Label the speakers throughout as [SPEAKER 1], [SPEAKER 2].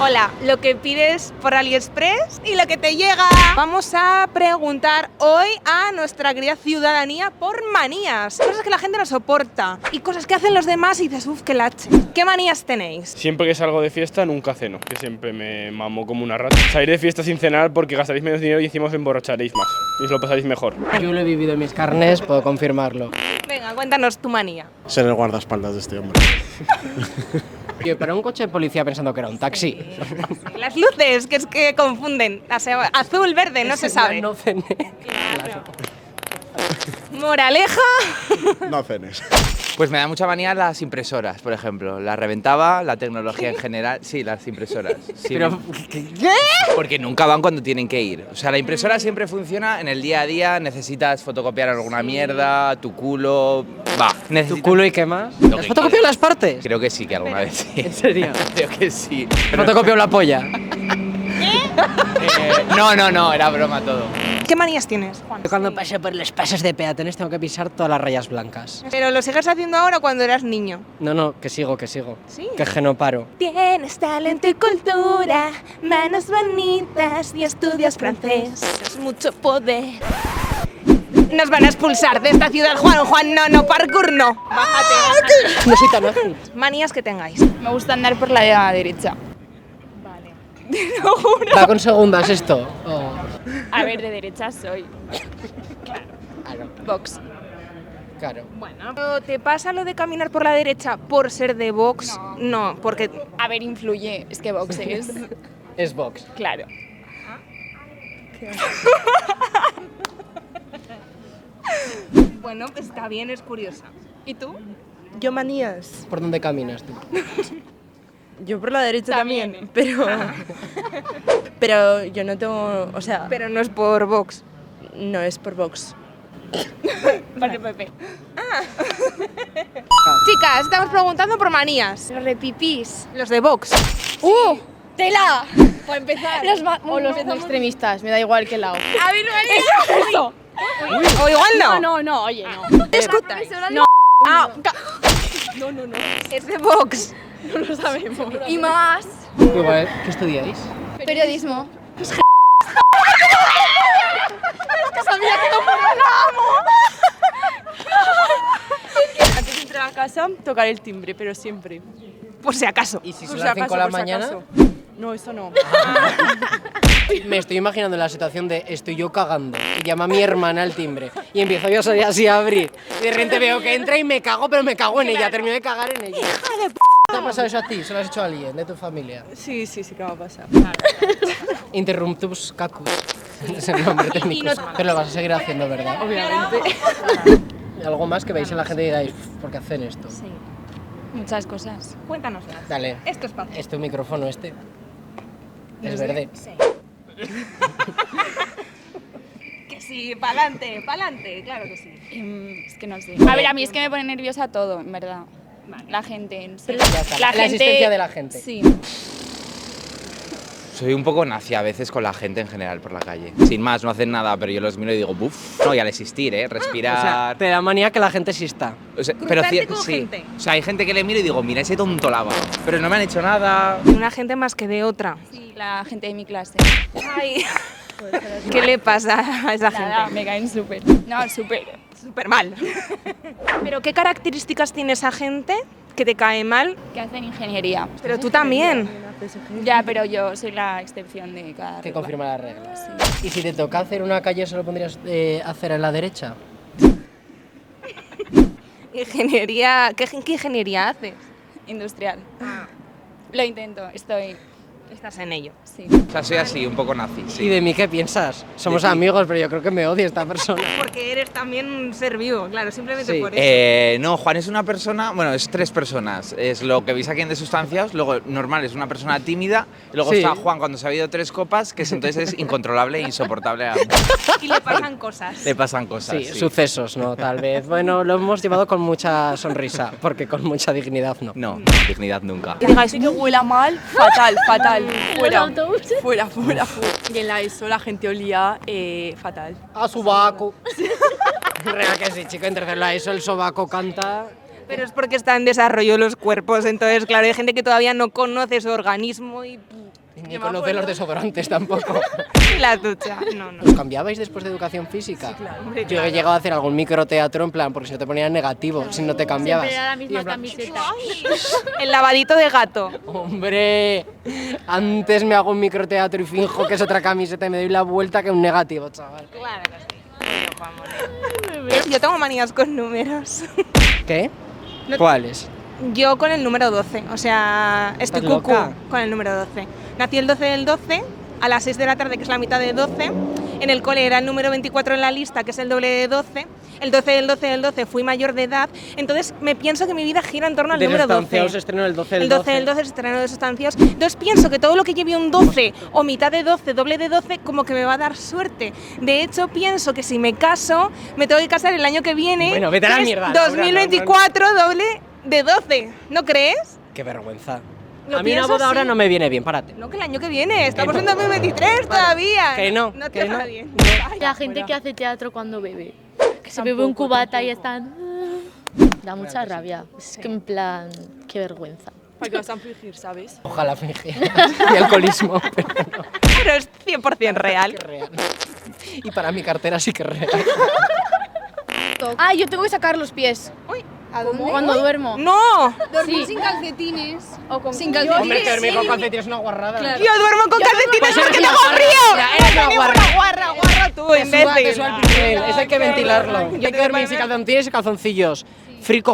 [SPEAKER 1] Hola, lo que pides por AliExpress y lo que te llega. Vamos a preguntar hoy a nuestra querida ciudadanía por manías. Cosas que la gente no soporta y cosas que hacen los demás y dices, uff, qué lache. ¿Qué manías tenéis?
[SPEAKER 2] Siempre que salgo de fiesta, nunca ceno, que siempre me mamo como una rata. Salir de fiesta sin cenar porque gastaréis menos dinero y encima os emborracharéis más y os lo pasaréis mejor.
[SPEAKER 3] Yo lo he vivido en mis carnes, puedo confirmarlo.
[SPEAKER 1] Venga, cuéntanos tu manía.
[SPEAKER 4] Ser el guardaespaldas de este hombre.
[SPEAKER 3] Yo paré un coche de policía pensando que era un taxi.
[SPEAKER 1] Las luces, que es que confunden. O sea, azul, verde, no se sabe.
[SPEAKER 3] No cené.
[SPEAKER 1] Moraleja.
[SPEAKER 4] No cenes.
[SPEAKER 5] Pues me da mucha manía las impresoras, por ejemplo. La reventaba, la tecnología en general. Sí, las impresoras. Sí.
[SPEAKER 3] Pero,
[SPEAKER 5] Porque nunca van cuando tienen que ir. O sea, la impresora siempre funciona en el día a día. Necesitas fotocopiar alguna mierda, tu culo. Va.
[SPEAKER 3] ¿Tu
[SPEAKER 5] necesitas-
[SPEAKER 3] culo y qué más?
[SPEAKER 5] Lo
[SPEAKER 3] ¿Has
[SPEAKER 5] que
[SPEAKER 3] fotocopiado
[SPEAKER 5] quieras.
[SPEAKER 3] las partes?
[SPEAKER 5] Creo que sí, que alguna vez sí.
[SPEAKER 3] ¿En serio?
[SPEAKER 5] Creo que sí. Pero,
[SPEAKER 3] ¿Fotocopiado la polla?
[SPEAKER 5] eh, no, no, no, era broma todo.
[SPEAKER 1] ¿Qué manías tienes, Juan?
[SPEAKER 3] Yo cuando paso por los pasos de peatones tengo que pisar todas las rayas blancas.
[SPEAKER 1] Pero lo sigues haciendo ahora cuando eras niño.
[SPEAKER 3] No, no, que sigo, que sigo.
[SPEAKER 1] Sí.
[SPEAKER 3] Que es que no paro.
[SPEAKER 1] Tienes talento y cultura, manos bonitas y estudias francés. Es mucho poder. Nos van a expulsar de esta ciudad, Juan. Juan, no, no, parkour no. Bájate. bájate.
[SPEAKER 3] No soy tan ágil.
[SPEAKER 1] Manías que tengáis.
[SPEAKER 6] Me gusta andar por la derecha.
[SPEAKER 3] Va con segundas esto. Oh.
[SPEAKER 6] A ver, de derecha soy.
[SPEAKER 3] Claro,
[SPEAKER 6] Vox.
[SPEAKER 3] Ah, claro.
[SPEAKER 1] Bueno, ¿te pasa lo de caminar por la derecha por ser de Vox? No, porque
[SPEAKER 6] A ver, influye. Es que Vox es.
[SPEAKER 3] Es Vox.
[SPEAKER 6] Claro.
[SPEAKER 1] bueno, pues está bien, es curiosa. ¿Y tú?
[SPEAKER 7] Yo manías.
[SPEAKER 3] ¿Por dónde caminas tú?
[SPEAKER 7] Yo por la derecha también,
[SPEAKER 6] También.
[SPEAKER 7] pero
[SPEAKER 1] Ah.
[SPEAKER 7] pero yo no tengo, o sea,
[SPEAKER 1] Pero no es por Vox.
[SPEAKER 7] no es por box.
[SPEAKER 6] Parte Pepe.
[SPEAKER 1] Ah. Chicas, estamos preguntando por manías.
[SPEAKER 8] Los repipís.
[SPEAKER 1] Los de Vox.
[SPEAKER 8] ¡Uh! ¡Tela! Para empezar.
[SPEAKER 6] o los extremistas, me da igual que lado.
[SPEAKER 8] A ver,
[SPEAKER 6] Eso.
[SPEAKER 1] O igual no.
[SPEAKER 6] no, no, oye, no.
[SPEAKER 8] No.
[SPEAKER 1] Ah, ca- Es de Vox.
[SPEAKER 8] Y más.
[SPEAKER 3] Igual, ¿qué estudiáis?
[SPEAKER 8] Periodismo.
[SPEAKER 7] Antes de entrar a casa, tocar el timbre, pero siempre.
[SPEAKER 1] Por si acaso.
[SPEAKER 3] ¿Y si son
[SPEAKER 7] Por si
[SPEAKER 3] las 5
[SPEAKER 7] acaso,
[SPEAKER 3] de la
[SPEAKER 7] por si
[SPEAKER 3] mañana?
[SPEAKER 7] acaso. No, eso no.
[SPEAKER 3] Me estoy imaginando la situación de estoy yo cagando y llama mi hermana al timbre y empiezo yo a salir así a abrir. Y de repente veo que entra y me cago, pero me cago en ella, termino de cagar en ella. ¿Te ha pasado eso a ti? ¿Se lo has hecho a alguien de tu familia?
[SPEAKER 7] Sí, sí, sí que va a pasar.
[SPEAKER 3] Interruptus cacus. Es el nombre técnico. Pero lo vas a seguir haciendo, ¿verdad?
[SPEAKER 7] Obviamente.
[SPEAKER 3] Algo más que veis en la gente y digáis, "Pff, ¿por qué hacen esto?
[SPEAKER 6] Muchas cosas.
[SPEAKER 1] Cuéntanos.
[SPEAKER 3] Dale.
[SPEAKER 1] Esto es fácil.
[SPEAKER 3] Este micrófono este. Es verde.
[SPEAKER 1] Que sí, pa'lante, pa'lante, claro que sí.
[SPEAKER 6] Em, es que no sé. A ver, a mí es que me pone nerviosa todo, en verdad. La gente, en sí.
[SPEAKER 3] Ya está, la existencia de la gente.
[SPEAKER 6] Sí.
[SPEAKER 5] Soy un poco nazi a veces con la gente en general por la calle. Sin más, no hacen nada, pero yo los miro y digo, buf. No, y al existir, ¿eh? Respirar.
[SPEAKER 3] O sea, te da manía que la gente sí está.
[SPEAKER 5] O sea,
[SPEAKER 1] Cruzarte
[SPEAKER 5] cier-
[SPEAKER 1] con gente.
[SPEAKER 5] O sea, hay gente que le miro y digo, mira, ese tonto lava. Pero no me han hecho nada.
[SPEAKER 1] De una gente más que de otra.
[SPEAKER 6] Sí, la gente de mi clase.
[SPEAKER 1] Ay. ¿Qué le pasa a esa
[SPEAKER 6] Nada,
[SPEAKER 1] gente?
[SPEAKER 6] me caen súper. No, súper.
[SPEAKER 1] Súper mal. Pero ¿qué características tiene esa gente que te cae mal?
[SPEAKER 6] Que hacen ingeniería.
[SPEAKER 1] Pero tú también.
[SPEAKER 6] Ya, pero yo soy la excepción de cada
[SPEAKER 3] Te
[SPEAKER 6] regla.
[SPEAKER 3] confirma las reglas. Y si te toca hacer una calle, solo pondrías eh, hacer a la derecha.
[SPEAKER 1] Ingeniería. ¿Qué, qué ingeniería haces?
[SPEAKER 6] Industrial. Lo intento, estoy.
[SPEAKER 1] Estás en ello.
[SPEAKER 6] Sí.
[SPEAKER 5] O sea, soy así, un poco nazi. Sí.
[SPEAKER 3] ¿Y de mí qué piensas? Somos amigos, pero yo creo que me odia esta persona.
[SPEAKER 1] Porque eres también un ser vivo, claro, simplemente
[SPEAKER 3] Sí.
[SPEAKER 1] por eso.
[SPEAKER 5] Eh, no, Juan es una persona, bueno, es tres personas. Es lo que veis aquí en De Sustancias, luego normal es una persona tímida, y luego
[SPEAKER 3] Sí.
[SPEAKER 5] está Juan cuando se ha habido tres copas, que es- entonces es incontrolable e insoportable. a-
[SPEAKER 1] Y le pasan cosas.
[SPEAKER 5] Le pasan cosas.
[SPEAKER 3] Sí,
[SPEAKER 5] sí.
[SPEAKER 3] sucesos, ¿no? Tal vez. Bueno, lo hemos llevado con mucha sonrisa, porque con mucha dignidad no.
[SPEAKER 5] No, dignidad nunca.
[SPEAKER 1] Y digáis,
[SPEAKER 7] Así que huela mal, fatal, fatal. Fuera. Fuera, fuera, fuera. Y en la ESO la gente olía eh, fatal.
[SPEAKER 3] A sobaco. Real que sí, chico, en tercer lugar, eso el sobaco canta.
[SPEAKER 1] Pero es porque está en desarrollo los cuerpos, entonces, claro, hay gente que todavía no conoce su organismo y
[SPEAKER 3] Ni conoce los desodorantes tampoco.
[SPEAKER 1] la ducha. No, no.
[SPEAKER 3] ¿Os cambiabais después de educación física? Yo he llegado a hacer algún microteatro en plan, porque si no te ponían negativo, si no te cambiabas.
[SPEAKER 9] Siempre era la
[SPEAKER 3] Y en
[SPEAKER 9] misma
[SPEAKER 3] plan,
[SPEAKER 9] camiseta.
[SPEAKER 1] El lavadito de gato.
[SPEAKER 3] Hombre, antes me hago un microteatro y finjo que es otra camiseta y me doy la vuelta que un negativo, chaval.
[SPEAKER 1] Yo tengo manías con números.
[SPEAKER 3] ¿Qué? ¿Cuáles?
[SPEAKER 1] Yo con el número 12, o sea, estoy
[SPEAKER 3] ¿Estás
[SPEAKER 1] cucu
[SPEAKER 3] loca?
[SPEAKER 1] con el número 12. Nací el 12 del 12, a las 6 de la tarde, que es la mitad de 12. En el cole era el número 24 en la lista, que es el doble de 12. El 12 del 12 del 12 fui mayor de edad, entonces me pienso que mi vida gira en torno al número 12.
[SPEAKER 3] estrenó el 12
[SPEAKER 1] El 12 del 12 es estreno de sustancias. Entonces pienso que todo lo que lleve un 12 o mitad de 12, doble de 12, como que me va a dar suerte. De hecho, pienso que si me caso, me tengo que casar el año que viene.
[SPEAKER 3] Bueno, vete a la
[SPEAKER 1] que es
[SPEAKER 3] mierda, Laura,
[SPEAKER 1] 2024, doble de 12. ¿No crees?
[SPEAKER 3] Qué vergüenza.
[SPEAKER 1] Lo
[SPEAKER 3] a mí una
[SPEAKER 1] pienso
[SPEAKER 3] boda ahora
[SPEAKER 1] así.
[SPEAKER 3] no me viene bien, párate.
[SPEAKER 1] No, que el año que viene. Estamos en 2023 todavía.
[SPEAKER 3] Que no,
[SPEAKER 1] No te
[SPEAKER 3] que
[SPEAKER 1] va
[SPEAKER 3] no.
[SPEAKER 1] bien.
[SPEAKER 9] La gente que hace teatro cuando bebe. Que se bebe un cubata y están. "Ah". Da mucha rabia. Es que en plan, qué vergüenza.
[SPEAKER 7] ¿Para qué vas a fingir, sabes?
[SPEAKER 3] Ojalá fingiera. y alcoholismo. pero no,
[SPEAKER 1] Pero es 100% real.
[SPEAKER 3] qué real. Y para mi cartera sí que es real.
[SPEAKER 8] Ah, yo tengo que sacar los pies.
[SPEAKER 1] ¿A
[SPEAKER 8] Cuando duermo.
[SPEAKER 1] ¡No!
[SPEAKER 8] Dormir sin calcetines. O con sin calcetines.
[SPEAKER 3] Hombre, que dormir con calcetines es una guarrada.
[SPEAKER 1] Yo duermo con calcetines
[SPEAKER 3] Pues
[SPEAKER 1] porque
[SPEAKER 3] eres una
[SPEAKER 1] tengo
[SPEAKER 3] guarra,
[SPEAKER 1] frío.
[SPEAKER 3] mira, eres una
[SPEAKER 1] Tengo
[SPEAKER 3] guarra.
[SPEAKER 1] guarra, guarra tú,
[SPEAKER 3] Te suda, te
[SPEAKER 1] imbécil.
[SPEAKER 3] suda el pincel, eso hay que ventilarlo. Hay que dormir sin calzoncillos y calzoncillos. Frico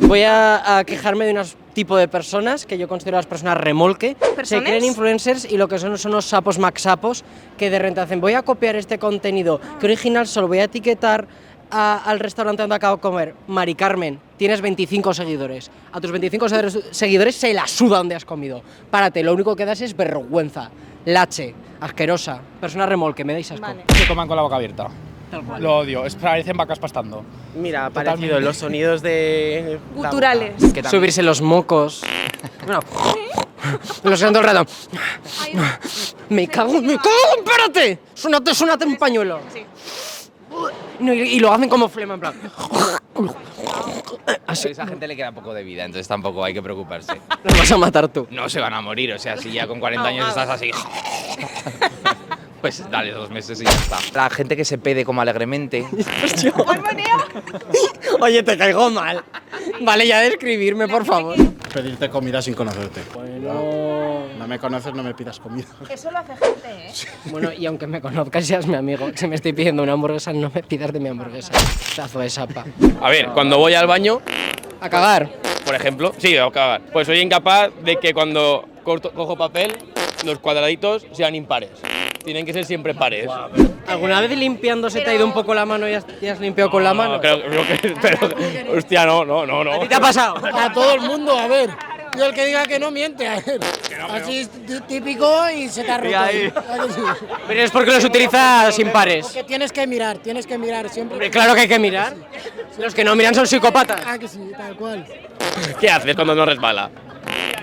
[SPEAKER 3] Voy a, a quejarme de un tipo de personas que yo considero las personas remolque. Se
[SPEAKER 1] ¿Personas?
[SPEAKER 3] creen influencers y lo que son son unos sapos max sapos que de repente hacen voy a copiar este contenido, que original solo voy a etiquetar a- al restaurante donde acabo de comer. Mari Carmen, tienes 25 seguidores. A tus 25 seguidores- seguidores se la suda donde has comido. Párate, lo único que das es vergüenza. Lache, asquerosa, persona remolque, me dais asco.
[SPEAKER 1] Vale.
[SPEAKER 10] que coman con la boca abierta. Lo odio, es, parecen vacas pastando.
[SPEAKER 11] Mira,
[SPEAKER 10] Total
[SPEAKER 11] parecido
[SPEAKER 10] miedo.
[SPEAKER 11] los sonidos de. la boca.
[SPEAKER 1] Guturales.
[SPEAKER 11] Que también-
[SPEAKER 3] Subirse los mocos. Bueno, los santos el rato. Me cago, en- me cago, en- espérate. Súnate, súnate un pañuelo.
[SPEAKER 1] Sí.
[SPEAKER 3] No, y, y lo hacen como flema, en plan. Ah,
[SPEAKER 5] Pero a esa gente le queda poco de vida, entonces tampoco hay que preocuparse.
[SPEAKER 3] Los vas a matar tú.
[SPEAKER 5] No se van a morir, o sea, si ya con 40 años estás así. Pues dale dos meses y ya está. La gente que se pede como alegremente.
[SPEAKER 1] ¿Cuál manera?
[SPEAKER 3] Oye, te caigo mal. Vale, ya describirme, por favor.
[SPEAKER 4] Pedirte comida sin conocerte.
[SPEAKER 3] Bueno.
[SPEAKER 4] No me conoces, no me pidas comida.
[SPEAKER 1] Eso lo hace gente, ¿eh?
[SPEAKER 3] Bueno, y aunque me conozcas, seas mi amigo. Si me estoy pidiendo una hamburguesa, no me pidas de mi hamburguesa. Tazo de sapa.
[SPEAKER 2] A ver, cuando voy al baño,
[SPEAKER 3] A cagar.
[SPEAKER 2] por ejemplo, sí, voy a cagar. Pues soy incapaz de que cuando corto- cojo papel, los cuadraditos sean impares. Tienen que ser siempre pares.
[SPEAKER 3] ¿Alguna vez limpiándose te ha ido un poco la mano y has, y has limpiado con la mano?
[SPEAKER 2] No, creo, creo que, pero, hostia, no, no, no, no.
[SPEAKER 3] ¿Qué te ha pasado?
[SPEAKER 10] A todo el mundo, a ver. Y el que diga que no miente, a ver. Así es tí- típico y se te ha roto. Claro que sí.
[SPEAKER 3] Pero es porque los utilizas impares.
[SPEAKER 10] Porque tienes que mirar, tienes que mirar siempre.
[SPEAKER 3] Hombre, claro que hay que mirar. Los que no miran son psicópatas.
[SPEAKER 10] Ah, que sí, tal cual.
[SPEAKER 2] ¿Qué haces cuando no resbala?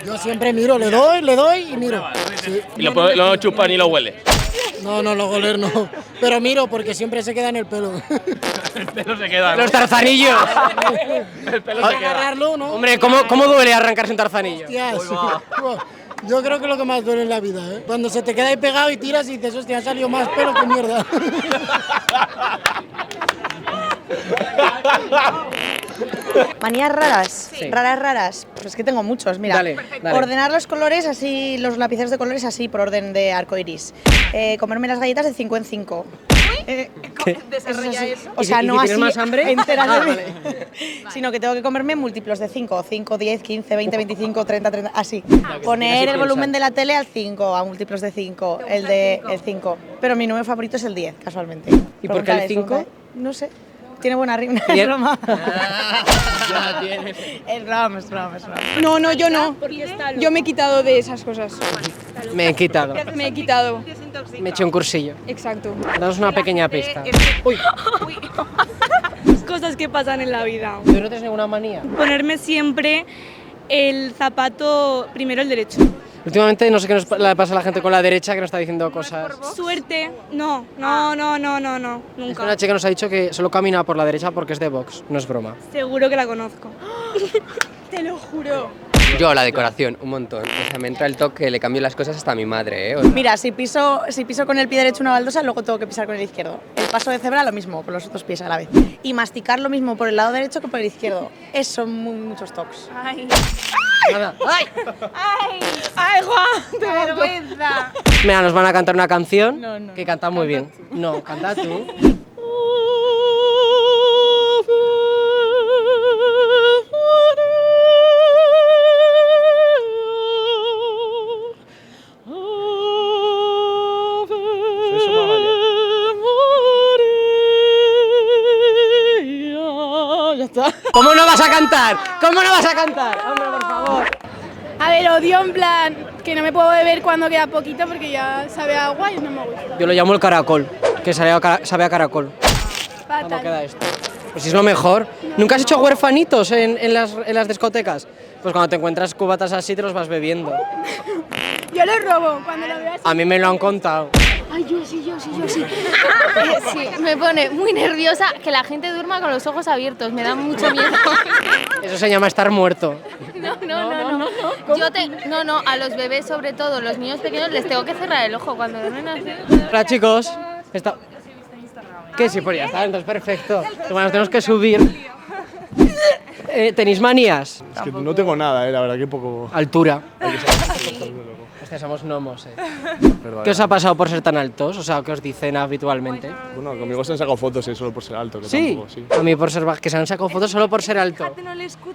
[SPEAKER 10] Yo siempre miro, le doy, le doy y miro. Sí.
[SPEAKER 2] Y lo, puedo- lo chupa ni lo huele.
[SPEAKER 10] No, no, lo goler no. Pero miro porque siempre se queda en el pelo.
[SPEAKER 2] El pelo se queda.
[SPEAKER 3] Los tarzanillos.
[SPEAKER 2] El pelo se queda.
[SPEAKER 10] Agarrarlo, ¿no?
[SPEAKER 3] Hombre, ¿cómo, ¿cómo duele arrancarse un tarzanillo?
[SPEAKER 10] Hostias. Yo creo que es lo que más duele en la vida, ¿eh? Cuando se te queda ahí pegado y tiras y dices, hostia, ha salido más pelo que mierda.
[SPEAKER 12] Manías raras, raras, raras. Pues es que tengo muchos, mira.
[SPEAKER 3] Dale, dale.
[SPEAKER 12] Ordenar los colores así, los lapiceros de colores así, por orden de arco iris. Eh, comerme las galletas de 5 en 5.
[SPEAKER 1] Desarrolla eso.
[SPEAKER 12] O
[SPEAKER 3] ¿Y si-
[SPEAKER 12] sea,
[SPEAKER 3] y si
[SPEAKER 12] no
[SPEAKER 3] tienes
[SPEAKER 12] así
[SPEAKER 3] más hambre?
[SPEAKER 12] enteras
[SPEAKER 3] Ah,
[SPEAKER 12] de-
[SPEAKER 3] vale.
[SPEAKER 12] sino que tengo que comerme múltiplos de 5, 5, 10, 15, 20, 25, 30, 30, así. Poner el volumen de la tele al 5, a múltiplos de 5, el de el 5. Pero mi número favorito es el 10, casualmente.
[SPEAKER 3] ¿Y por qué el
[SPEAKER 12] Pregúntale,
[SPEAKER 3] cinco?
[SPEAKER 12] pregúntale. No sé. Tiene buena rima.
[SPEAKER 3] ¿Y
[SPEAKER 12] Es
[SPEAKER 3] el- Ah.
[SPEAKER 12] broma.
[SPEAKER 3] Ya tienes.
[SPEAKER 12] Es broma, es broma, es broma.
[SPEAKER 7] No, no, yo no. Yo me he quitado de esas cosas.
[SPEAKER 3] Me he quitado.
[SPEAKER 7] Me he quitado.
[SPEAKER 3] Me he hecho un cursillo.
[SPEAKER 7] Exacto.
[SPEAKER 3] Danos una pequeña
[SPEAKER 12] este
[SPEAKER 3] pista. Uy,
[SPEAKER 9] Cosas que pasan en la vida.
[SPEAKER 3] ¿tú no tienes ninguna manía?
[SPEAKER 9] Ponerme siempre el zapato, primero el derecho.
[SPEAKER 3] Últimamente no sé qué nos pa- le pasa a la gente con la derecha que nos está diciendo cosas.
[SPEAKER 1] Suerte. No, no, no, no, no, no.
[SPEAKER 3] Es que
[SPEAKER 1] Nunca.
[SPEAKER 3] Una chica nos ha dicho que solo camina por la derecha porque es de Vox, no es broma.
[SPEAKER 1] Seguro que la conozco. Te lo juro.
[SPEAKER 5] Yo, la decoración, un montón. O sea, me entra el toque, le cambio las cosas hasta a mi madre, ¿eh? O sea,
[SPEAKER 13] Pues Mira, si piso, si piso con el pie derecho una baldosa, luego tengo que pisar con el izquierdo. El paso de cebra lo mismo, con los otros pies a la vez. Y masticar lo mismo por el lado derecho que por el izquierdo. Eso son mu- muchos tocs.
[SPEAKER 1] Ay.
[SPEAKER 3] Nada.
[SPEAKER 13] ¡Ay!
[SPEAKER 1] ¡Ay! ¡Ay, Juan! ¡Qué vergüenza!
[SPEAKER 3] Mira, nos van a cantar una canción que canta muy bien. No, canta tú. Ah, ¿Cómo no vas a cantar? ¿Cómo no vas a cantar? Hombre, por favor.
[SPEAKER 1] A ver, odio en plan que no me puedo beber cuando queda poquito porque ya sabe a agua y no me gusta.
[SPEAKER 3] Yo lo llamo el caracol, que sabe a, cara- sabe a caracol. ¿Cómo queda esto? Pues si es lo mejor. ¿Nunca has hecho huerfanitos en, en las, en las discotecas? Pues cuando te encuentras cubatas así te los vas bebiendo.
[SPEAKER 1] Yo lo robo cuando lo veas.
[SPEAKER 3] A mí me lo han contado.
[SPEAKER 12] Ay, yo sí, yo sí, yo sí. Eh, sí, me pone muy nerviosa que la gente duerma con los ojos abiertos. Me da mucho miedo.
[SPEAKER 3] Eso se llama estar muerto.
[SPEAKER 12] No, no, no, no. Yo te, no, no, a los bebés sobre todo, los niños pequeños les tengo que cerrar el ojo cuando duermen así.
[SPEAKER 3] Hola chicos. Está... ¿Qué? Sí, pues ya está, entonces perfecto. Bueno, nos tenemos que subir. Eh, ¿Tenéis manías?
[SPEAKER 2] Es que no tengo nada, eh, la verdad, que poco.
[SPEAKER 3] Altura. Hostia, somos gnomos, eh. ¿Qué os ha pasado por ser tan altos? O sea, ¿qué os dicen habitualmente?
[SPEAKER 2] Bueno, conmigo se han sacado fotos, eh, solo por ser alto. que
[SPEAKER 3] Sí.
[SPEAKER 2] Pues tampoco, sí.
[SPEAKER 3] A mí por ser baj- que se han sacado fotos solo por ser alto.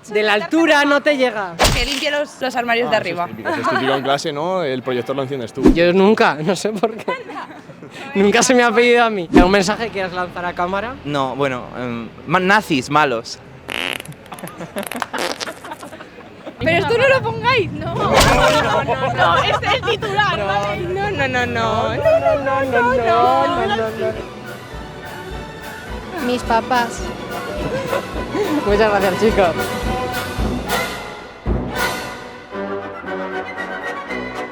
[SPEAKER 3] De la altura no te llega.
[SPEAKER 7] Que limpie los, los armarios de
[SPEAKER 2] Ah,
[SPEAKER 7] arriba.
[SPEAKER 2] Eso es típico en clase, ¿no? El proyector lo enciendes tú.
[SPEAKER 3] Yo nunca, no sé por qué. nunca se me ha pedido a mí. ¿Un mensaje que quieras lanzar a cámara?
[SPEAKER 14] No, bueno, em, ma- nazis malos.
[SPEAKER 1] Pero esto no lo pongáis, no. No, no, no, no. Este es el titular, ¿vale? No, no, no, no. No, no, no, no, no.
[SPEAKER 12] Mis papás.
[SPEAKER 3] Muchas gracias, chicos.